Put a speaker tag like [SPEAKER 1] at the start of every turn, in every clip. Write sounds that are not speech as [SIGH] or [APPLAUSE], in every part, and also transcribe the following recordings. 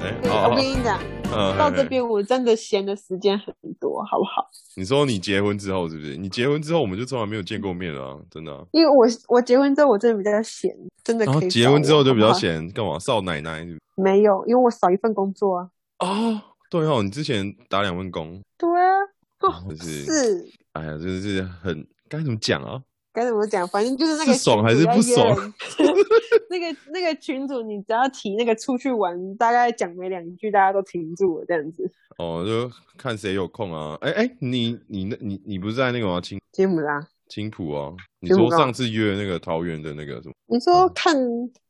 [SPEAKER 1] 对，我跟你讲，
[SPEAKER 2] 哎哦嗯，
[SPEAKER 1] 到
[SPEAKER 2] 嘿
[SPEAKER 1] 这
[SPEAKER 2] 嘿
[SPEAKER 1] 边我真的闲的时间很多，好不好？
[SPEAKER 2] 你说你结婚之后是不是？你结婚之后我们就从来没有见过面了、啊，真的啊、
[SPEAKER 1] 因为我我结婚之后我真的比较闲，真的
[SPEAKER 2] 然
[SPEAKER 1] 可
[SPEAKER 2] 后
[SPEAKER 1] 以。
[SPEAKER 2] 结婚之后就比较
[SPEAKER 1] 好不好。
[SPEAKER 2] 闲，干嘛少奶奶是不是？
[SPEAKER 1] 没有，因为我少一份工作啊。
[SPEAKER 2] 哦，对哦，你之前打两份工，
[SPEAKER 1] 对啊，
[SPEAKER 2] 真的是
[SPEAKER 1] 是
[SPEAKER 2] 哎呀，真的是很该怎么讲啊？
[SPEAKER 1] 该怎么讲？反正就是那个
[SPEAKER 2] 是爽还是
[SPEAKER 1] 群主
[SPEAKER 2] 不爽
[SPEAKER 1] 要约人？ [LAUGHS] 那个那个群主，你只要提那个出去玩，大概讲没两句，大家都停住了这样子。
[SPEAKER 2] 哦，就看谁有空啊。哎哎，你你那你你不是在那个吗？青
[SPEAKER 1] 吉姆啦，
[SPEAKER 2] 青浦哦，你
[SPEAKER 1] 青浦啊
[SPEAKER 2] 说
[SPEAKER 1] 干嘛
[SPEAKER 2] 上次约那个桃园的那个什么？
[SPEAKER 1] 你
[SPEAKER 2] 嗯
[SPEAKER 1] 说看、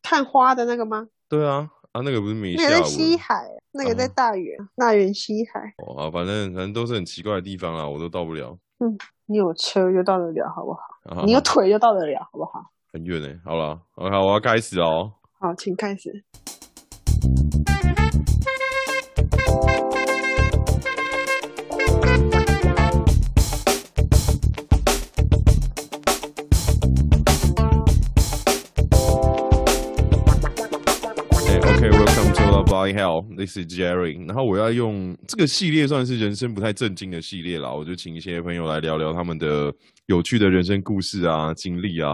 [SPEAKER 1] 看花的那个吗？
[SPEAKER 2] 对啊，啊那个不是没
[SPEAKER 1] 那个在
[SPEAKER 2] 下
[SPEAKER 1] 西
[SPEAKER 2] 午
[SPEAKER 1] 海，啊那个在
[SPEAKER 2] 嗯
[SPEAKER 1] 大园，大园西海。
[SPEAKER 2] 哦啊，反正反正都是很奇怪的地方啊啦，我都到不了。
[SPEAKER 1] 你有车就到得了，好不好？
[SPEAKER 2] 啊、
[SPEAKER 1] 你有腿就到得了，好不好？
[SPEAKER 2] 很远呢、好了，OK，我要开始哦。
[SPEAKER 1] 好，请开始。
[SPEAKER 2] 哎、o k w e l c o m e to the Bloody Hell，This is Jerry。然后我要用这个系列算是人生不太正经的系列啦，我就请一些朋友来聊聊他们的有趣的人生故事啊、经历啊，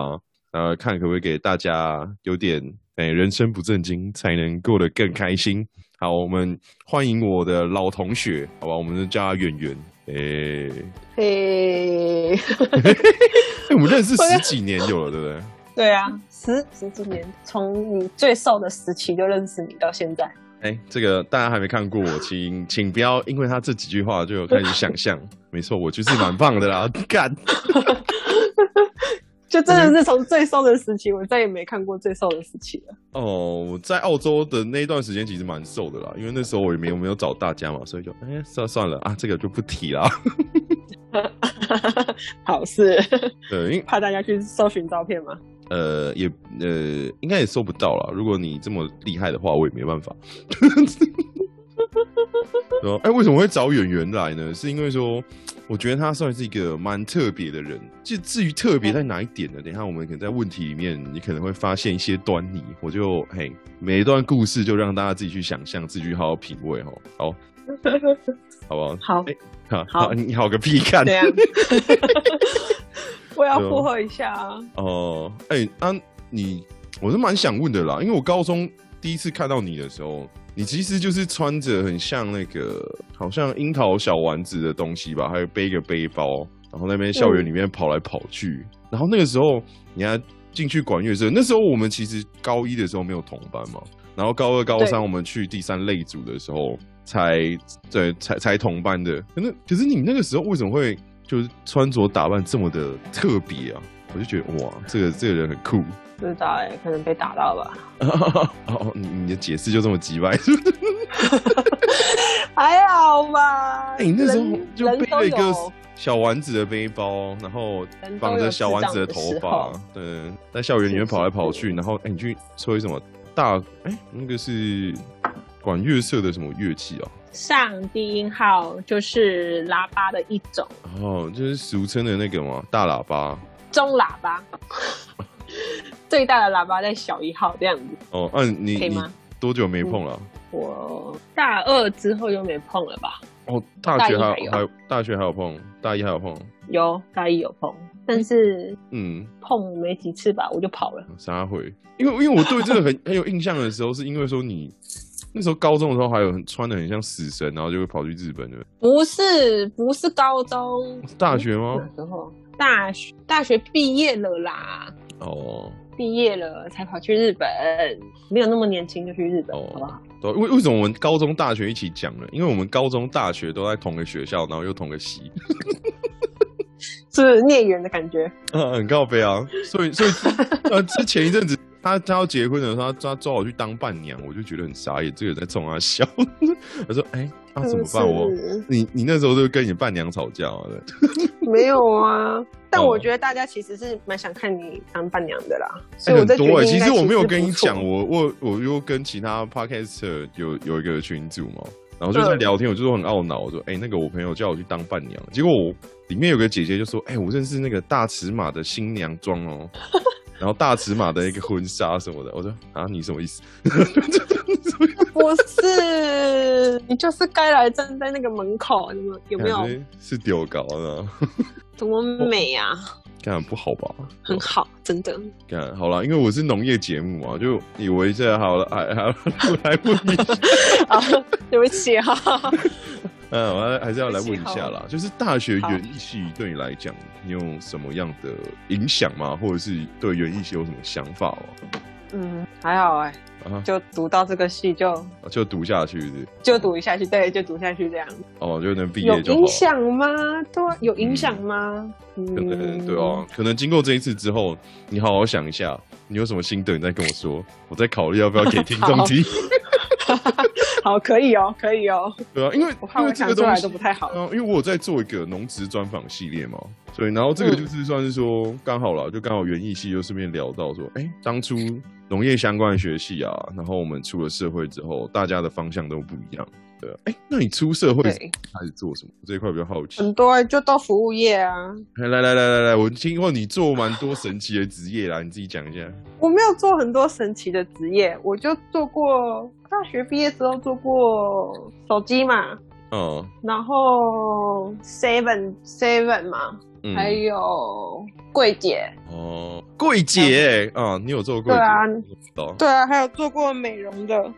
[SPEAKER 2] 呃，看可不可以给大家有点哎、人生不正经，才能过得更开心。好，我们欢迎我的老同学，好吧，我们就叫他圆圆。哎、
[SPEAKER 1] 嘿，
[SPEAKER 2] 哎我们认识十几年有了，对不 [LAUGHS] 对？
[SPEAKER 3] 对啊，十十几年，从你最瘦的时期就认识你到现在。
[SPEAKER 2] 哎，这个大家还没看过我，请请不要因为他这几句话就有开始想象。没错，我就是蛮胖的啦， [LAUGHS] 干。
[SPEAKER 1] 就真
[SPEAKER 2] 嗯
[SPEAKER 1] 的是从最瘦的时期，我再也没看过最瘦的时期了。
[SPEAKER 2] 哦，我在澳洲的那段时间其实蛮瘦的啦，因为那时候我也没有没有找大家嘛，所以就哎算算了啊，这个就不提啦。 [LAUGHS]
[SPEAKER 1] 好是
[SPEAKER 2] 对，因为
[SPEAKER 1] 怕大家去搜寻照片吗？
[SPEAKER 2] 呃也呃应该也搜不到啦，如果你这么厉害的话，我也没办法。 [LAUGHS] 对啊哎、为什么会找演员来呢？是因为说，我觉得他算是一个蛮特别的人。至至于特别在哪一点呢？等一下我们可能在问题里面，你可能会发现一些端倪。我就嘿，每一段故事就让大家自己去想象，自己去好好品味哈。
[SPEAKER 3] [LAUGHS]
[SPEAKER 2] 好，好不好？
[SPEAKER 3] 好，
[SPEAKER 2] 哎好，
[SPEAKER 3] 好啊
[SPEAKER 2] 好啊你好个屁看！
[SPEAKER 1] 啊
[SPEAKER 3] 这样
[SPEAKER 1] 我要
[SPEAKER 2] 对啊
[SPEAKER 1] 附和一下啊！
[SPEAKER 2] 哦，哎、啊，你我是蛮想问的啦，因为我高中第一次看到你的时候，你其实就是穿着很像那个好像樱桃小丸子的东西吧，还有背一个背包，然后那边校园里面跑来跑去，然后那个时候你还进去管乐社，那时候我们其实高一的时候没有同班嘛，然后高二、高
[SPEAKER 3] 对
[SPEAKER 2] 三我们去第三类组的时候才对才才同班的。可那可是你那个时候为什么会就是穿着打扮这么的特别啊？我就觉得哇，这个这个人很 [LAUGHS] 酷。
[SPEAKER 3] 不知道哎、可能被打到吧。
[SPEAKER 2] 哦，你你的解释就这么急白， [LAUGHS]
[SPEAKER 1] 还好吧。
[SPEAKER 2] 哎、你那时候
[SPEAKER 1] 人
[SPEAKER 2] 就
[SPEAKER 1] 人
[SPEAKER 2] 背
[SPEAKER 1] 都
[SPEAKER 2] 了一个
[SPEAKER 1] 有
[SPEAKER 2] 小丸子的背包，然后
[SPEAKER 3] 人都
[SPEAKER 2] 绑着
[SPEAKER 3] 有
[SPEAKER 2] 小
[SPEAKER 3] 智
[SPEAKER 2] 丸
[SPEAKER 3] 障
[SPEAKER 2] 子的
[SPEAKER 3] 的
[SPEAKER 2] 头
[SPEAKER 3] 时
[SPEAKER 2] 发
[SPEAKER 3] 候，
[SPEAKER 2] 对，在校园里面跑来跑去，然后哎、你去吹什么大哎、那个是管乐社的什么乐器啊？
[SPEAKER 3] 上低音号就是喇叭的一种，
[SPEAKER 2] 哦，就是俗称的那个嘛，大喇叭。
[SPEAKER 3] 中
[SPEAKER 2] [LAUGHS]
[SPEAKER 3] 喇叭，最大的喇叭在小一号这样子。
[SPEAKER 2] 哦，嗯、啊，你
[SPEAKER 3] 可以
[SPEAKER 2] 你
[SPEAKER 3] 吗
[SPEAKER 2] 多久没碰了、
[SPEAKER 3] 我大二之后就没碰了吧？
[SPEAKER 2] 哦，大学
[SPEAKER 3] 嗯大
[SPEAKER 2] 还
[SPEAKER 3] 一还有
[SPEAKER 2] 还大学还有碰，大一还有碰，
[SPEAKER 3] 有大一有碰，但是
[SPEAKER 2] 嗯，
[SPEAKER 3] 碰没几次吧，我就跑了。
[SPEAKER 2] 啥会？因为因为我对这个很 [LAUGHS] 很有印象的时候，是因为说你那时候高中的时候还有很穿的很像死神，然后就会跑去日本的
[SPEAKER 3] 不是不是高中，
[SPEAKER 2] 大学吗？
[SPEAKER 3] 那时候大学大学毕业了啦，
[SPEAKER 2] 哦
[SPEAKER 3] 毕业了才跑去日本，没有那么年轻就去日本，好不
[SPEAKER 2] 哦
[SPEAKER 3] 好？，
[SPEAKER 2] 对，为为什么我们高中大学一起讲呢？因为我们高中大学都在同个学校，然后又同个系， [LAUGHS]
[SPEAKER 3] 是不是孽缘的感觉，
[SPEAKER 2] 啊，很靠背啊。所以所 [LAUGHS] 以呃，之前一阵子。他他要结婚的时候，他他抓我去当伴娘，我就觉得很傻眼，这个人在冲他笑。 [LAUGHS] 他说：“哎、那、怎么办？我
[SPEAKER 1] 是
[SPEAKER 2] 你你那时候就跟你伴娘吵架啊？对
[SPEAKER 1] 没有啊。但
[SPEAKER 2] 哦
[SPEAKER 1] 我觉得大家其实是蛮想看你当伴娘的啦，所
[SPEAKER 2] 欸
[SPEAKER 1] 以我
[SPEAKER 2] 很
[SPEAKER 1] 在决
[SPEAKER 2] 多
[SPEAKER 1] 定
[SPEAKER 2] 欸
[SPEAKER 1] 应
[SPEAKER 2] 其
[SPEAKER 1] 该
[SPEAKER 2] 实我没有
[SPEAKER 1] 不
[SPEAKER 2] 跟你
[SPEAKER 1] 错
[SPEAKER 2] 讲，我我我又跟其他 podcaster 有有一个群组嘛，然后就在
[SPEAKER 1] 嗯
[SPEAKER 2] 聊天，我就说很懊恼，我说哎、欸那个我朋友叫我去当伴娘，结果我里面有个姐姐就说哎、欸我认识那个大尺码的新娘装哦，
[SPEAKER 1] [LAUGHS]
[SPEAKER 2] 然后大尺码的一个婚纱什么的，我说啊你什么意思？
[SPEAKER 1] [LAUGHS] 不是，你就是该来站在那个门口，你们有没有？
[SPEAKER 2] 感觉是丢高呢？ [LAUGHS]
[SPEAKER 1] 多美啊，
[SPEAKER 2] 干不好吧？
[SPEAKER 1] 很好，真的。 [LAUGHS]
[SPEAKER 2] 干好啦，因为我是农业节目啊，就以为这好了，还还来问一下，
[SPEAKER 1] 啊，对不起哈、啊，
[SPEAKER 2] 嗯，我还还是要来问一
[SPEAKER 1] 喜
[SPEAKER 2] 下
[SPEAKER 1] 好
[SPEAKER 2] 啦。就是大学
[SPEAKER 1] 好
[SPEAKER 2] 园艺系对你来讲，你有什么样的影响吗？或者是对园艺系有什么想法哦？
[SPEAKER 3] 嗯，还好哎、
[SPEAKER 2] 啊，
[SPEAKER 3] 就读到这个系就
[SPEAKER 2] 就读下去是不是
[SPEAKER 3] 就读下去，对，就读下去这样。
[SPEAKER 2] 哦，就能毕
[SPEAKER 1] 有
[SPEAKER 2] 业就好
[SPEAKER 1] 影
[SPEAKER 2] 了。
[SPEAKER 1] 响吗？对啊，有影响吗？
[SPEAKER 2] 可
[SPEAKER 1] 嗯
[SPEAKER 2] 能对哦，可能经过这一次之后，你好好想一下，你有什么心得，你再跟我说，我再考虑要不要
[SPEAKER 1] [LAUGHS]
[SPEAKER 2] 给听众听。
[SPEAKER 1] 好，可以哦，可以哦。
[SPEAKER 2] 对啊，因为
[SPEAKER 1] 我怕
[SPEAKER 2] 因为
[SPEAKER 1] 我
[SPEAKER 2] 这
[SPEAKER 1] 想
[SPEAKER 2] 个
[SPEAKER 1] 出
[SPEAKER 2] 东
[SPEAKER 1] 来
[SPEAKER 2] 西
[SPEAKER 1] 都不太好
[SPEAKER 2] 对啊因为我有在做一个农职专访系列嘛，所以然后这个
[SPEAKER 1] 嗯
[SPEAKER 2] 就是算是说刚好啦，就刚好园艺系就顺便聊到说，哎、当初农业相关的学系啊，然后我们出了社会之后，大家的方向都不一样。对、啊，哎、那你出社会
[SPEAKER 1] 对，嗯
[SPEAKER 2] 开始做什么？这一块比较好奇。
[SPEAKER 1] 很多就到服务业啊，
[SPEAKER 2] 哎来来来来来，我听过你做蛮多神奇的职业啦，你自己讲一下。
[SPEAKER 1] 我没有做很多神奇的职业，我就做过大学毕业之后做过手机嘛，
[SPEAKER 2] 嗯
[SPEAKER 1] 然后 Seven Seven 嘛，
[SPEAKER 2] 嗯，
[SPEAKER 1] 还有柜姐，
[SPEAKER 2] 哦，柜姐啊，你有做柜姐？
[SPEAKER 1] 对啊
[SPEAKER 2] 我不知道，
[SPEAKER 1] 对啊，还有做过美容的，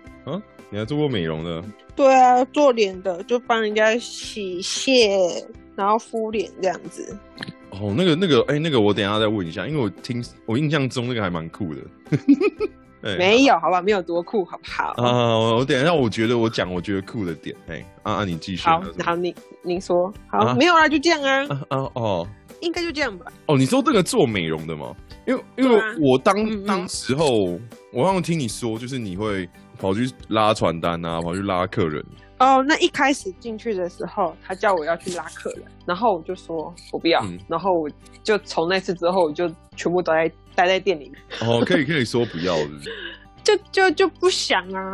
[SPEAKER 2] 你还做过美容的？
[SPEAKER 1] 对啊，做脸的就帮人家洗卸，然后敷脸这样子。
[SPEAKER 2] 哦，那个那个，哎、那个我等一下再问一下，因为我听我印象中那个还蛮酷的。 [LAUGHS] 哎
[SPEAKER 1] 没有，好吧，没有多酷，好不好？
[SPEAKER 2] 啊，我我等一下，我觉得我讲我觉得酷的点，哎、啊啊，你继续。
[SPEAKER 1] 好
[SPEAKER 2] 还有什，么
[SPEAKER 1] 好，你你说，好，
[SPEAKER 2] 啊
[SPEAKER 1] 没有啦，就这样啊，
[SPEAKER 2] 啊啊哦
[SPEAKER 1] 应该就这样吧。
[SPEAKER 2] 哦，你说这个做美容的吗？因为因为
[SPEAKER 1] 对啊
[SPEAKER 2] 我当、
[SPEAKER 1] 嗯嗯
[SPEAKER 2] 当时候，我好像听你说，就是你会跑去拉传单啊，跑去拉客人。
[SPEAKER 1] 哦，那一开始进去的时候，他叫我要去拉客人，
[SPEAKER 3] 然后我就说我不要，
[SPEAKER 2] 嗯
[SPEAKER 3] 然后我就从那次之后，我就全部都在待在店里面。
[SPEAKER 2] 哦，可以可以说不要，是不是？
[SPEAKER 1] 就就就不想啊。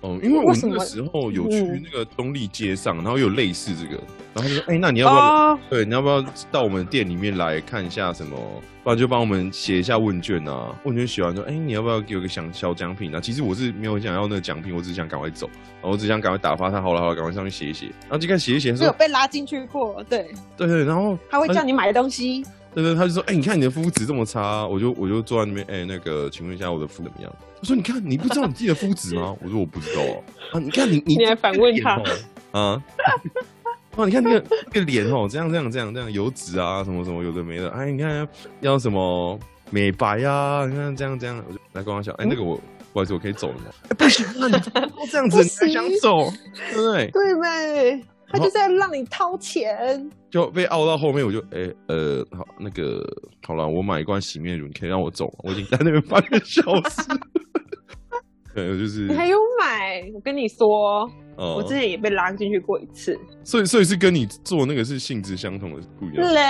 [SPEAKER 2] 哦，因为我
[SPEAKER 1] 为什
[SPEAKER 2] 那个
[SPEAKER 1] 么
[SPEAKER 2] 时候有去
[SPEAKER 1] 嗯
[SPEAKER 2] 那个东丽街上，然后有类似这个，然后他就说，哎、那你要不要？
[SPEAKER 1] 哦，
[SPEAKER 2] 对，你要不要到我们店里面来看一下什么？不然就帮我们写一下问卷啊。问卷写完说，哎、你要不要给我个小小奖品啊？其实我是没有想要那个奖品，我只是想赶快走，然后我只想赶快打发他。好了好了，赶快上去写一写。然后就看写一写，他
[SPEAKER 1] 我有
[SPEAKER 2] 说，
[SPEAKER 1] 被拉进去过，对，
[SPEAKER 2] 对对，然后
[SPEAKER 1] 他会叫你买东西，
[SPEAKER 2] 对对，他就说，哎、你看你的肤质这么差，我就我就坐在那边，哎、那个，请问一下我的肤怎么样？他说，你看你不知道你自己的肤质吗？我说我不知道啊啊，你看你你
[SPEAKER 1] [LAUGHS] 你还反问他，
[SPEAKER 2] [LAUGHS] 啊。哦，你看那个那个脸哦，这样这样这样这样油脂啊，什么什么有的没的，哎，你看要什么美白啊，你看这样这样，我就来跟我讲，哎，那个我不好意思，我可以走了吗？哎，不行啊，
[SPEAKER 1] [LAUGHS]
[SPEAKER 2] 你都这样子，
[SPEAKER 1] 不
[SPEAKER 2] 你还
[SPEAKER 1] 行
[SPEAKER 2] 想走，对不对？
[SPEAKER 1] 对呗？他
[SPEAKER 2] 然后
[SPEAKER 1] 就是要让你掏钱，
[SPEAKER 2] 就被拗到后面，我就哎、呃好那个好了，我买一罐洗面乳，你可以让我走吗？我已经在那边半个小时了。 [LAUGHS] 对，我就是
[SPEAKER 1] 你还有买。我跟你说，
[SPEAKER 2] 嗯哦、
[SPEAKER 1] 我之前也被拉进去过一次，
[SPEAKER 2] 所以所以是跟你做那个是性质相同的，是不一样的。
[SPEAKER 1] 嘞，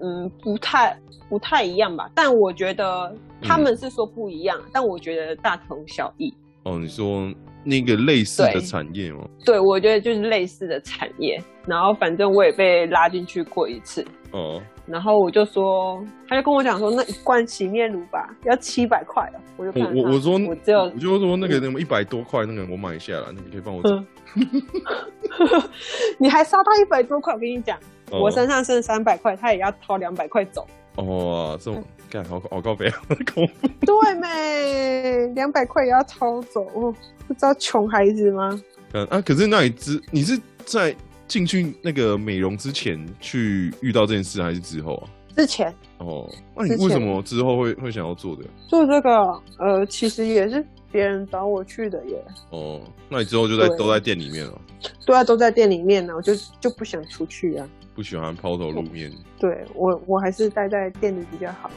[SPEAKER 1] 嗯，不太不太一样吧？但我觉得他们是说不一样，但我觉得大同小异。
[SPEAKER 2] 哦，你说那个类似的
[SPEAKER 3] 对
[SPEAKER 2] 产业吗？
[SPEAKER 1] 对，我觉得就是类似的产业。然后反正我也被拉进去过一次，
[SPEAKER 2] 哦，
[SPEAKER 1] 然后我就说，他就跟我讲说，那一罐洗面乳吧，要七百块哦。我就
[SPEAKER 2] 我
[SPEAKER 1] 看着
[SPEAKER 2] 我
[SPEAKER 1] 他
[SPEAKER 2] 我说
[SPEAKER 1] 啊我只有 [LAUGHS]
[SPEAKER 2] 我就说那个什么一百多块那个我买下来，那你可以帮我找。
[SPEAKER 1] 嗯你还杀他一百多块，我跟你讲，
[SPEAKER 2] 哦
[SPEAKER 1] 我身上剩三百块，他也要掏两百块走。
[SPEAKER 2] 哦，这
[SPEAKER 1] 嗯
[SPEAKER 2] 种干好好告别，恐怖。
[SPEAKER 1] 对妹，两百块也要掏走，哦不知道穷孩子吗？
[SPEAKER 2] 嗯啊，可是那你之你是在进去那个美容之前去遇到这件事，还是之后啊？
[SPEAKER 1] 之前
[SPEAKER 2] 哦，那你
[SPEAKER 1] 之前
[SPEAKER 2] 为什么之后会会想要做的？
[SPEAKER 1] 做这个，呃，其实也是别人找我去的耶。
[SPEAKER 2] 哦，那你之后就在
[SPEAKER 1] 对
[SPEAKER 2] 都在店里面了，
[SPEAKER 1] 对啊，都在店里面呢，我就就不想出去啊。
[SPEAKER 2] 不喜欢抛头露面。
[SPEAKER 1] 对我，我还是待在店里比较好。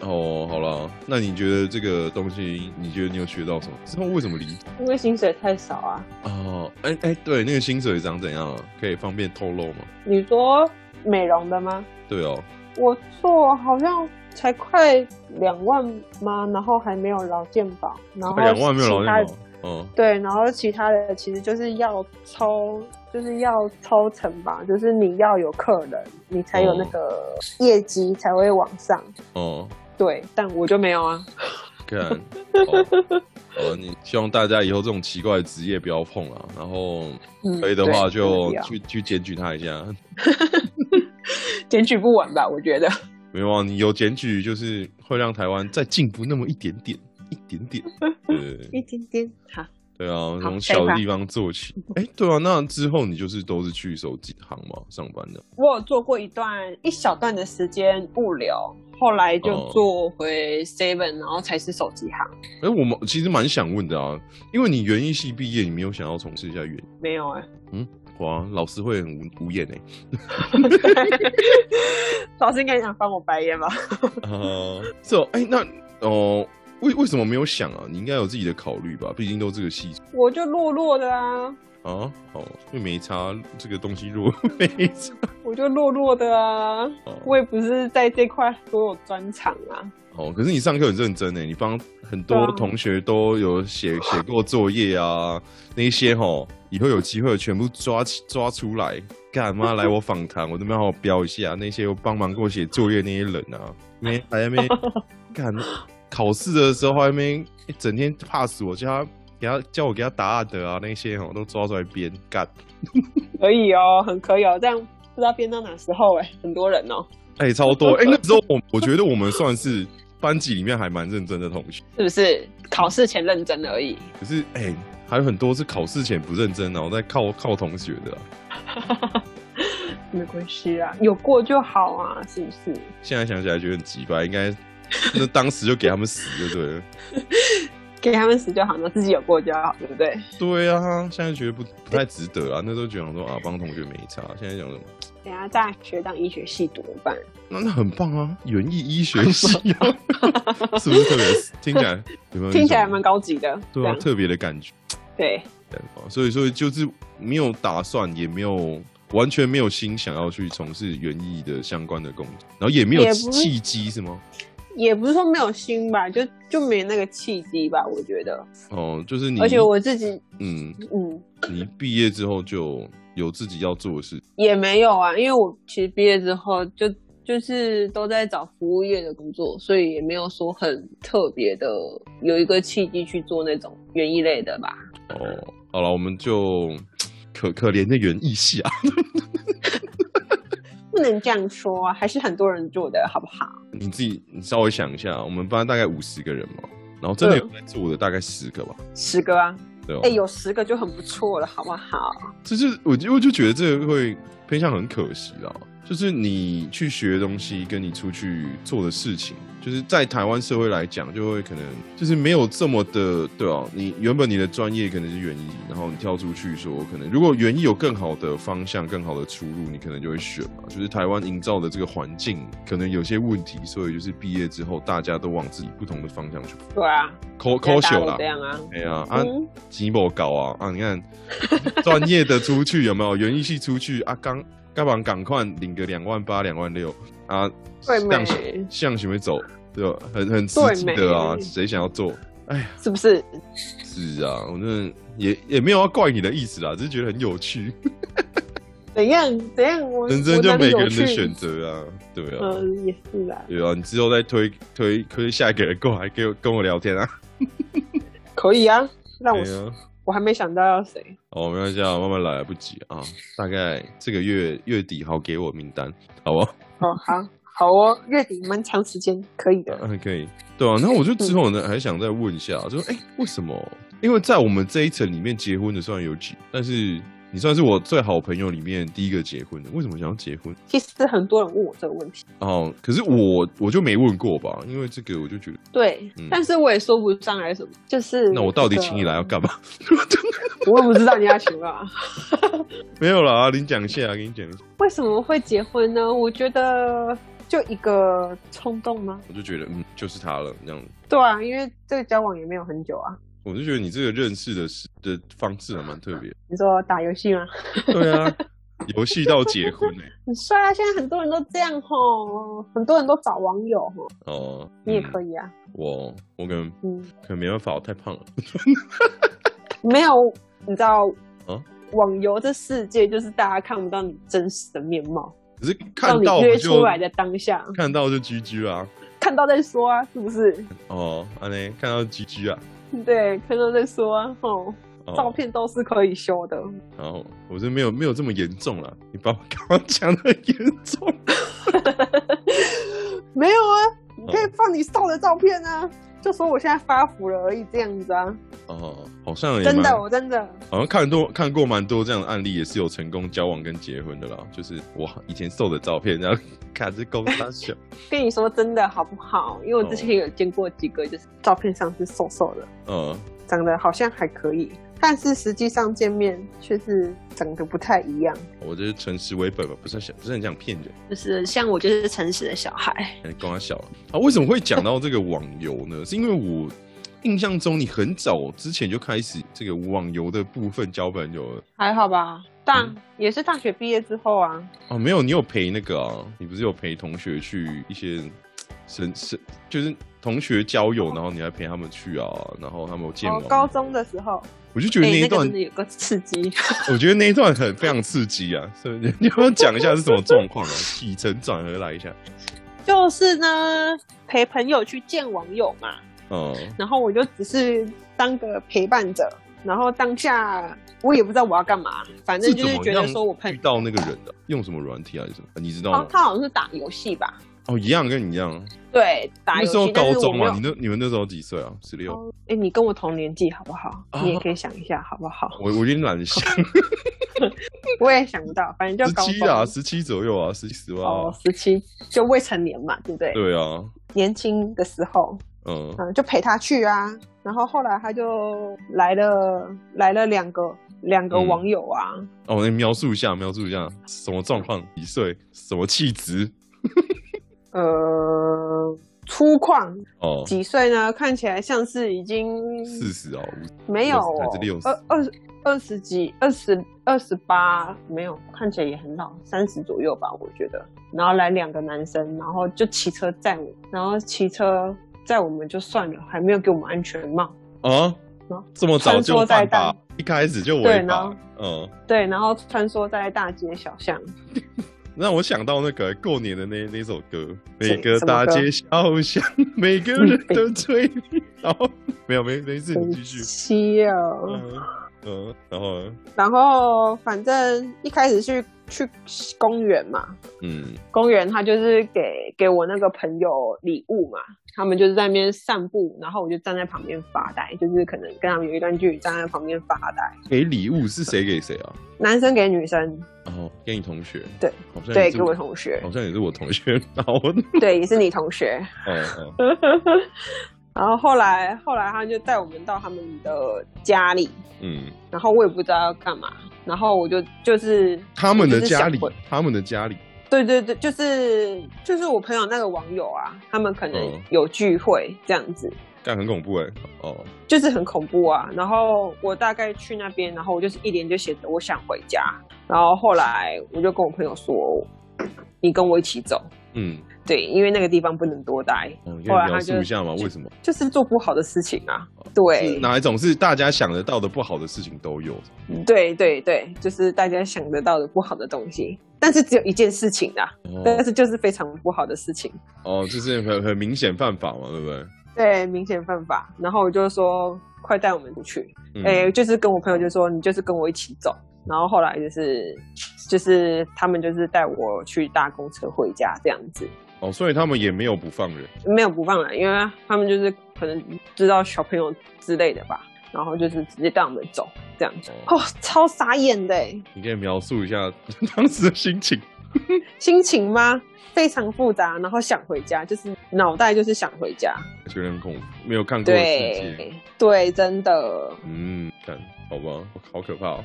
[SPEAKER 2] 哦，好啦，那你觉得这个东西，你觉得你有学到什么？之后为什么离职？
[SPEAKER 1] 因为薪水太少啊。
[SPEAKER 2] 哦，哎、哎、对，那个薪水长怎样啊？可以方便透露吗？
[SPEAKER 1] 你说美容的吗？
[SPEAKER 2] 对哦，
[SPEAKER 1] 我做好像才快两万吗？然后还没有劳健保，然后
[SPEAKER 2] 快哎两万没有劳
[SPEAKER 1] 其他
[SPEAKER 2] 健保。哦，
[SPEAKER 1] 对，然后其他的其实就是要抽，就是要抽成吧，就是你要有客人，你才有那个业绩才会往上。
[SPEAKER 2] 哦，
[SPEAKER 1] 对，但我就没有啊。
[SPEAKER 2] 看，哦，哦你希望大家以后这种奇怪的职业不要碰了，然后
[SPEAKER 3] 嗯
[SPEAKER 2] 可以的话
[SPEAKER 3] 对真的
[SPEAKER 2] 就
[SPEAKER 3] 不要
[SPEAKER 2] 去去检举他一下。 [LAUGHS]
[SPEAKER 3] 检举不完吧？我觉得，
[SPEAKER 2] 没有啊，你有检举就是会让台湾再进步那么一点点，一点点。对
[SPEAKER 1] [LAUGHS] 一点点好。
[SPEAKER 2] 对啊，从
[SPEAKER 3] 下一
[SPEAKER 2] 小的
[SPEAKER 3] 趴
[SPEAKER 2] 地方做起。哎，对啊，那之后你就是都是去手机行嘛上班的。
[SPEAKER 3] 我有做过一段一小段的时间物流，后来就
[SPEAKER 2] 哦
[SPEAKER 3] 做回 Seven，、然后才是手机行。
[SPEAKER 2] 哎，我们其实蛮想问的啊，因为你园艺系毕业，你没有想要从事一下园艺
[SPEAKER 3] 没有哎、
[SPEAKER 2] 哇，老师会很无无言哎、
[SPEAKER 3] 老师应该想翻我白眼吧？
[SPEAKER 2] 啊，是哦，哎、那哦、为为什么没有想啊？你应该有自己的考虑吧，毕竟都这个系
[SPEAKER 3] 我就弱弱的啊，
[SPEAKER 2] 啊，哦，因为没差这个东西弱 [LAUGHS] 没差
[SPEAKER 3] 我就弱弱的啊，
[SPEAKER 2] 哦
[SPEAKER 3] 我也不是在这块多有专长啊。
[SPEAKER 2] 哦，可是你上课很认真哎、你帮很多
[SPEAKER 3] 对啊
[SPEAKER 2] 同学都有写写过作业啊，那一些吼，以后有机会全部抓起抓出来，干嘛来我访谈，我这边好好标一下那些有帮忙给我写作业那些人啊，没还在那边干考试的时候还在那边一整天 pass 我，叫他给他叫我给他答案的啊，那些吼都抓出来编干。
[SPEAKER 3] 可以哦，很可以哦，这样不知道编到哪时候哎、很多人哦，
[SPEAKER 2] 哎、超多！哎、那时候我我觉得我们算是班级里面还蛮认真的同学，
[SPEAKER 3] 是不是？考试前认真而已，
[SPEAKER 2] 可是哎、还有很多是考试前不认真，然后在靠靠同学的啊、
[SPEAKER 3] 没关系啊，有过就好啊，是不是？
[SPEAKER 2] 现在想起来觉得很鸡巴，应该 [LAUGHS] 那当时就给他们死就对了。
[SPEAKER 3] 给他们死就好，那自己有过就好，对不对？
[SPEAKER 2] 对啊，现在觉得不不太值得啊。那时候觉得想说啊，帮同学没差，现在想说
[SPEAKER 3] 等下大学当医学系读怎么办？
[SPEAKER 2] 那那很棒啊，园艺医学系啊， [LAUGHS] 是不是特别听起来有没有一种
[SPEAKER 3] 听起来蛮高级的，
[SPEAKER 2] 对
[SPEAKER 3] 这
[SPEAKER 2] 啊
[SPEAKER 3] 样
[SPEAKER 2] 特别的感觉？哦
[SPEAKER 3] 对，
[SPEAKER 2] 所以说就是没有打算，也没有完全没有心想要去从事园艺的相关的工作，然后也没有
[SPEAKER 3] 也不是
[SPEAKER 2] 契机是吗？
[SPEAKER 3] 也不是说没有心吧，就就没那个契机吧，我觉得。
[SPEAKER 2] 哦，就是你，
[SPEAKER 3] 而且我自己，
[SPEAKER 2] 嗯，
[SPEAKER 3] 嗯，
[SPEAKER 2] 你毕业之后就有自己要做的事，
[SPEAKER 3] 也没有啊，因为我其实毕业之后就就是都在找服务业的工作，所以也没有说很特别的有一个契机去做那种园艺类的吧。
[SPEAKER 2] 哦，好了，我们就可可怜的园艺系啊，
[SPEAKER 3] 不能这样说啊，还是很多人做的好不好？
[SPEAKER 2] 你自己你稍微想一下，啊我们班大概五十个人嘛，然后真的有在做的大概十个吧，
[SPEAKER 3] 十个啊，
[SPEAKER 2] 对吧？哦
[SPEAKER 3] 哎、有十个就很不错了，好不好？
[SPEAKER 2] 就是我就我就觉得这个会偏向很可惜啦，就是你去学的东西跟你出去做的事情，就是在台湾社会来讲，就会可能就是没有这么的对啊。你原本你的专业可能是园艺，然后你跳出去说，可能如果园艺有更好的方向、更好的出路，你可能就会选嘛。就是台湾营造的这个环境可能有些问题，所以就是毕业之后大家都往自己不同的方向去
[SPEAKER 3] 对啊，
[SPEAKER 2] 抠抠
[SPEAKER 3] 大家
[SPEAKER 2] 朽
[SPEAKER 3] 都
[SPEAKER 2] 啦
[SPEAKER 3] 这。样啊。
[SPEAKER 2] 哎呀啊，
[SPEAKER 3] 嗯，
[SPEAKER 2] 吉某搞啊啊！你看专业的出去有没 [LAUGHS] 有？园艺系出去啊，刚干嘛赶快领个两万八、两万六啊？
[SPEAKER 3] 对
[SPEAKER 2] 向
[SPEAKER 3] 没？
[SPEAKER 2] 向什么走？对吧？很很实际
[SPEAKER 3] 对
[SPEAKER 2] 的啊，
[SPEAKER 3] 没
[SPEAKER 2] 谁想要做？
[SPEAKER 3] 是不是？
[SPEAKER 2] 是啊，我真的也也没有要怪你的意思啦，只是觉得很有趣。
[SPEAKER 3] 怎样怎样？我
[SPEAKER 2] 人生就每个人的
[SPEAKER 3] 择。
[SPEAKER 2] 选择啊，对啊，
[SPEAKER 3] 嗯，也是啦，
[SPEAKER 2] 对啊，你之后再推推推下一个人过来跟我跟我聊天啊。
[SPEAKER 3] 可以啊。让我、
[SPEAKER 2] 对啊
[SPEAKER 3] 我还没想到要谁，
[SPEAKER 2] 哦，没关系啊，慢慢来，来不及啊。大概这个月月底好给我名单，好吧？
[SPEAKER 3] 哦，好好哦，月底蛮长时间，可以的。
[SPEAKER 2] [LAUGHS] 还可以，对啊。然后我就之后呢，还想再问一下，就说，哎、为什么？因为在我们这一层里面，结婚的算有几，但是你算是我最好朋友里面第一个结婚的。为什么想要结婚？
[SPEAKER 3] 其实很多人问我这个问题，
[SPEAKER 2] 哦，可是我我就没问过吧，因为这个我就觉得，
[SPEAKER 3] 对，
[SPEAKER 2] 嗯
[SPEAKER 3] 但是我也说不上来什么，就是
[SPEAKER 2] 那我到底
[SPEAKER 3] 这个
[SPEAKER 2] 请你来要，干嘛？
[SPEAKER 3] [LAUGHS]
[SPEAKER 2] [LAUGHS]
[SPEAKER 3] 我啊也不知道你要请干嘛。
[SPEAKER 2] 没有啦，你讲一下，给你讲一下。
[SPEAKER 3] [LAUGHS] 为什么会结婚呢？我觉得就一个冲动吗？
[SPEAKER 2] 我就觉得，嗯，就是他了，这样。
[SPEAKER 3] 对啊，因为这个交往也没有很久啊。
[SPEAKER 2] 我就觉得你这个认识的时的方式还蛮特别的，
[SPEAKER 3] 你说打游戏吗？
[SPEAKER 2] 对啊， [LAUGHS] 游戏到结婚哎、
[SPEAKER 3] 很帅啊！现在很多人都这样吼，很多人都找网友吼，
[SPEAKER 2] 哦，
[SPEAKER 3] 你也
[SPEAKER 2] 以，
[SPEAKER 3] 可以啊。
[SPEAKER 2] 我我可能
[SPEAKER 3] 嗯，
[SPEAKER 2] 可能没办法，我太胖了。
[SPEAKER 3] 没有，你知道，
[SPEAKER 2] 啊
[SPEAKER 3] 网游这世界就是大家看不到你真实的面貌，
[SPEAKER 2] 可是
[SPEAKER 3] 到
[SPEAKER 2] 看
[SPEAKER 3] 你
[SPEAKER 2] 到
[SPEAKER 3] 约
[SPEAKER 2] 我就
[SPEAKER 3] 出来的当下，
[SPEAKER 2] 看到就 GG 啦、
[SPEAKER 1] 看到再说啊，是不是？
[SPEAKER 2] 哦，安内看到 GG 啊，
[SPEAKER 1] 对，看到再说啊，吼、
[SPEAKER 2] 哦
[SPEAKER 1] 照片都是可以修的。
[SPEAKER 2] 然后我是没有没有这么严重了，你把我刚刚讲的很严重，
[SPEAKER 1] 没有啊，
[SPEAKER 2] 哦
[SPEAKER 1] 你可以放你瘦的照片啊，就说我现在发福了而已，这样子啊，
[SPEAKER 2] 哦，好像也
[SPEAKER 1] 真
[SPEAKER 2] 蛮
[SPEAKER 1] 的，我真的，
[SPEAKER 2] 好像看多看过蛮多这样的案例，也是有成功交往跟结婚的啦。就是哇，以前瘦的照片，然后 [LAUGHS] 看这高大小，
[SPEAKER 1] 跟你说真的好不好？因为
[SPEAKER 2] 哦
[SPEAKER 1] 我之前有见过几个，就是照片上是瘦瘦的，
[SPEAKER 2] 嗯，
[SPEAKER 1] 长得好像还可以，但是实际上见面却是长得不太一样。
[SPEAKER 2] 我就是诚实为本吧，不是想不是很想骗人。
[SPEAKER 3] 就是像我就是诚实的小孩，
[SPEAKER 2] 哎，刚刚小了啊，为什么会讲到这个网游呢？是因为我印象中你很早之前就开始这个网游的部分交朋友了
[SPEAKER 1] 还好吧，大、
[SPEAKER 2] 嗯
[SPEAKER 1] 也是大学毕业之后啊，
[SPEAKER 2] 哦，没有，你有陪那个啊，你不是有陪同学去一些神神，就是同学交友，然后你还陪他们去啊，然后他们有见
[SPEAKER 1] 哦
[SPEAKER 2] 网，，
[SPEAKER 1] 高哎中的时候，
[SPEAKER 2] 我就觉得那一
[SPEAKER 3] 那个
[SPEAKER 2] 段
[SPEAKER 3] 真的有个刺激，
[SPEAKER 2] 我觉得那一段很非常刺激啊！所以你你要不要讲一下是什么状况啊？ [LAUGHS] 起承转合来一下。
[SPEAKER 1] 就是呢陪朋友去见网友嘛，
[SPEAKER 2] 嗯，
[SPEAKER 1] 然后我就只是当个陪伴者，然后当下我也不知道我要干嘛，反正就是觉得说我哦朋
[SPEAKER 2] 遇到那个人的、用什么软体啊还是什么？你知道
[SPEAKER 1] 好
[SPEAKER 2] 吗
[SPEAKER 1] 像？他好像是打游戏吧，
[SPEAKER 2] 哦，一样跟你一样。
[SPEAKER 1] 对，打
[SPEAKER 2] 那
[SPEAKER 1] 游
[SPEAKER 2] 时候
[SPEAKER 1] 戏。但
[SPEAKER 2] 高
[SPEAKER 1] 是我
[SPEAKER 2] 中啊
[SPEAKER 1] 没有
[SPEAKER 2] 嘛，你那你们那时候几岁啊？十六。
[SPEAKER 1] 哎，你跟我同年纪好不好？
[SPEAKER 2] 啊
[SPEAKER 1] 你也可以想一下好不好？ [LAUGHS]
[SPEAKER 2] 我我有点懒得想，
[SPEAKER 1] 我也想不到，反正就
[SPEAKER 2] 十
[SPEAKER 1] 高
[SPEAKER 2] 七
[SPEAKER 1] 中
[SPEAKER 2] 啊，十七左右啊，十七十八啊。
[SPEAKER 1] 哦，十七就未成年嘛，对不对？
[SPEAKER 2] 对啊，
[SPEAKER 1] 年轻的时候，
[SPEAKER 2] 嗯，
[SPEAKER 1] 嗯，就陪他去啊。然后后来他就来了，来了两个两个
[SPEAKER 2] 嗯
[SPEAKER 1] 网友啊，
[SPEAKER 2] 哦，你描述一下，描述一下什么状况？几岁？什么气质？
[SPEAKER 1] 呃，粗犷，
[SPEAKER 2] 哦，
[SPEAKER 1] 几岁呢？看起来像是已经
[SPEAKER 2] 四十哦，
[SPEAKER 1] 没有
[SPEAKER 2] 50还是
[SPEAKER 1] 哦
[SPEAKER 2] 60
[SPEAKER 1] 二二十二十几，二十二十八，没有，看起来也很老，三十左右吧，我觉得。然后来两个男生，然后就骑车载我，然后骑车载我们就算了，还没有给我们安全帽。
[SPEAKER 2] 五啊
[SPEAKER 1] 哦，
[SPEAKER 2] 这么早就
[SPEAKER 1] 穿梭在
[SPEAKER 2] 犯法
[SPEAKER 1] 大，
[SPEAKER 2] 一开始就
[SPEAKER 1] 对
[SPEAKER 2] 违
[SPEAKER 1] 然
[SPEAKER 2] 法
[SPEAKER 1] 后，
[SPEAKER 2] 嗯。
[SPEAKER 1] 对，然后穿梭在大街小巷，
[SPEAKER 2] 让我想到那个过年的那那首歌，每
[SPEAKER 1] 谁
[SPEAKER 2] 个
[SPEAKER 1] 什么
[SPEAKER 2] 大
[SPEAKER 1] 歌
[SPEAKER 2] 街小巷，每个人都吹你。然后没有没没事，
[SPEAKER 1] 很
[SPEAKER 2] 你继续。
[SPEAKER 1] [LAUGHS] 稀哦。
[SPEAKER 2] 嗯嗯，然后呢
[SPEAKER 1] 然后反正一开始去去公园嘛，
[SPEAKER 2] 嗯
[SPEAKER 1] 公园，他就是给给我那个朋友礼物嘛，他们就是在那边散步，然后我就站在旁边发呆，就是可能跟他们有一段距离，站在旁边发呆。
[SPEAKER 2] 给礼物是谁给谁啊？
[SPEAKER 1] 男生给女生，
[SPEAKER 2] 哦，给你同学。
[SPEAKER 1] 对，
[SPEAKER 2] 好像也
[SPEAKER 1] 对，
[SPEAKER 2] 是
[SPEAKER 1] 给我同学，
[SPEAKER 2] 好像也是我同学。然后
[SPEAKER 1] 对，也是你同学。 [LAUGHS]
[SPEAKER 2] 哦哦，
[SPEAKER 1] 然后后来后来他就带我们到他们的家里，
[SPEAKER 2] 嗯，
[SPEAKER 1] 然后我也不知道要干嘛，然后我就就是
[SPEAKER 2] 他们的家里
[SPEAKER 1] 就是想回，
[SPEAKER 2] 他们的家里，
[SPEAKER 1] 对对对，就是就是我朋友那个网友啊，他们可能
[SPEAKER 2] 嗯
[SPEAKER 1] 有聚会这样子，
[SPEAKER 2] 但很恐怖哎。哦，
[SPEAKER 1] 就是很恐怖啊。然后我大概去那边，然后我就是一脸就写着我想回家。然后后来我就跟我朋友说，你跟我一起走，
[SPEAKER 2] 嗯，
[SPEAKER 1] 对，因为那个地方不能多待，
[SPEAKER 2] 哦，你可以
[SPEAKER 1] 后嗯来他
[SPEAKER 2] 描
[SPEAKER 1] 就
[SPEAKER 2] 述一下吗？为什么？
[SPEAKER 1] 就是做不好的事情啊。对
[SPEAKER 2] 是，哪一种是大家想得到的不好的事情都有？
[SPEAKER 1] 对对对，就是大家想得到的不好的东西，但是只有一件事情啊，但
[SPEAKER 2] 哦
[SPEAKER 1] 是就是非常不好的事情，
[SPEAKER 2] 哦，就是很很明显犯法嘛，对不对？
[SPEAKER 1] 对，明显犯法。然后我就说，快带我们出去，
[SPEAKER 2] 嗯
[SPEAKER 1] 哎、就是跟我朋友就说你就是跟我一起走，然后后来就是就是他们就是带我去搭公车回家这样子，
[SPEAKER 2] 哦，所以他们也没有不放人。
[SPEAKER 1] 没有不放人，因为他们就是可能知道小朋友之类的吧，然后就是直接带我们走这样子，哦，超傻眼的欸
[SPEAKER 2] 你可以描述一下 [LAUGHS] 当时的心情。
[SPEAKER 1] 心情吗？非常复杂，然后想回家，就是脑袋就是想回家，
[SPEAKER 2] 觉得很恐怖，没有看过的世界。
[SPEAKER 1] 对对，真的
[SPEAKER 2] 嗯，看，好吧，好可怕哦。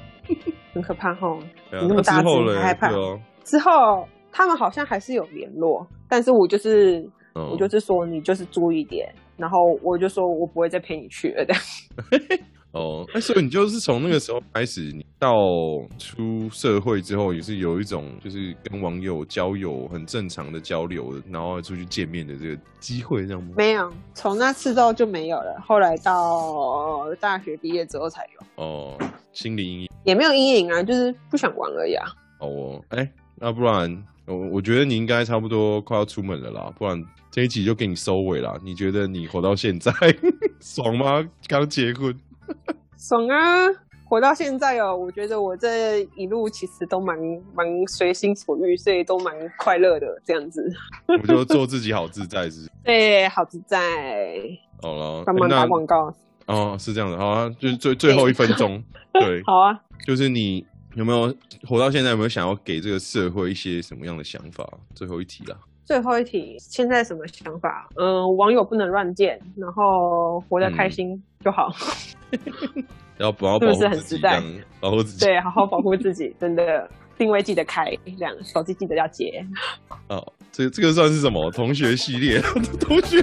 [SPEAKER 1] 很可怕吼。
[SPEAKER 2] 对啊
[SPEAKER 1] 你那么大
[SPEAKER 2] 之后
[SPEAKER 1] 只
[SPEAKER 2] 嘞
[SPEAKER 1] 你还害怕
[SPEAKER 2] 对哦，
[SPEAKER 1] 之后他们好像还是有联络，但是我就是
[SPEAKER 2] 嗯
[SPEAKER 1] 我就是说你就是注意点，然后我就说我不会再陪你去了的。
[SPEAKER 2] 哦，哎所以你就是从那个时候开始，你到出社会之后，也是有一种就是跟网友交友很正常的交流，然后出去见面的这个机会，这样吗？
[SPEAKER 1] [LAUGHS] 没有，从那次之后就没有了。后来到大学毕业之后才有，
[SPEAKER 2] 哦，心理阴影。
[SPEAKER 1] 也没有阴影啊，就是不想玩而已啊。
[SPEAKER 2] 哦，哎、那不然我我觉得你应该差不多快要出门了啦，不然这一集就给你收尾啦。你觉得你活到现在 [LAUGHS] 爽吗？刚结婚，
[SPEAKER 1] 爽啊！活到现在哦，我觉得我这一路其实都蛮蛮随心所欲，所以都蛮快乐的这样子。
[SPEAKER 2] 我就做自己好自在是不是
[SPEAKER 1] 对，好自在，
[SPEAKER 2] 好了。
[SPEAKER 1] 帮忙
[SPEAKER 2] 那
[SPEAKER 1] 打广告。
[SPEAKER 2] 哦，是这样的，好啊，就是最最后一分钟，对，
[SPEAKER 1] 好啊，
[SPEAKER 2] 就是你有没有活到现在，有没有想要给这个社会一些什么样的想法？最后一题啦，
[SPEAKER 1] 最后一题，现在什么想法？嗯，网友不能乱见，然后活得开心就好。
[SPEAKER 2] 要保要保
[SPEAKER 1] 是不是
[SPEAKER 2] 护
[SPEAKER 1] 很
[SPEAKER 2] 自己，
[SPEAKER 1] 实
[SPEAKER 2] 这
[SPEAKER 1] 在
[SPEAKER 2] 样保护自己。
[SPEAKER 1] 对，好好保护自己，真的。定位记得开，这样手机记得要接。
[SPEAKER 2] 哦，这这个算是什么同学系列？ [LAUGHS] 同学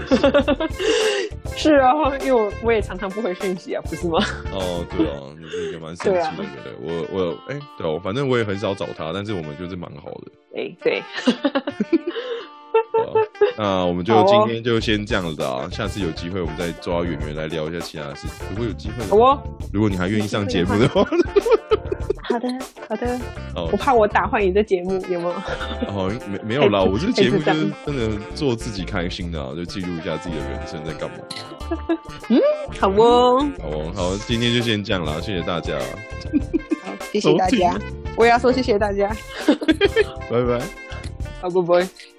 [SPEAKER 1] [LAUGHS] 是啊，因为我我也常常不回讯息啊，不是吗？
[SPEAKER 2] 哦，对哦，你是一个蛮神
[SPEAKER 1] 啊
[SPEAKER 2] 奇的人。我我哎、对哦，反正我也很少找他，但是我们就是蛮好的。
[SPEAKER 1] [LAUGHS] 哎、对，
[SPEAKER 2] 好吧那我们就
[SPEAKER 1] 好哦
[SPEAKER 2] 今天就先这样子啊，下次有机会我们再抓圆圆来聊一下其他的事情。如果有机会的
[SPEAKER 1] 好
[SPEAKER 2] 话，
[SPEAKER 1] 哦，
[SPEAKER 2] 如果你还愿意上节目的话，
[SPEAKER 1] 好的，好的。
[SPEAKER 2] 哦
[SPEAKER 1] 我怕我打坏你的节目，有没有？
[SPEAKER 2] 哦，没没有啦，我这个节目就
[SPEAKER 1] 哎
[SPEAKER 2] 是
[SPEAKER 1] 是
[SPEAKER 2] 真的做自己开心的、啊，就记录一下自己的人生在干嘛。
[SPEAKER 1] 好哦，
[SPEAKER 2] 好哦，好，今天就先这样啦，谢谢大家，
[SPEAKER 1] 好，谢谢大家，我也要说谢谢大家。
[SPEAKER 2] 拜拜。
[SPEAKER 1] 啊好，拜拜。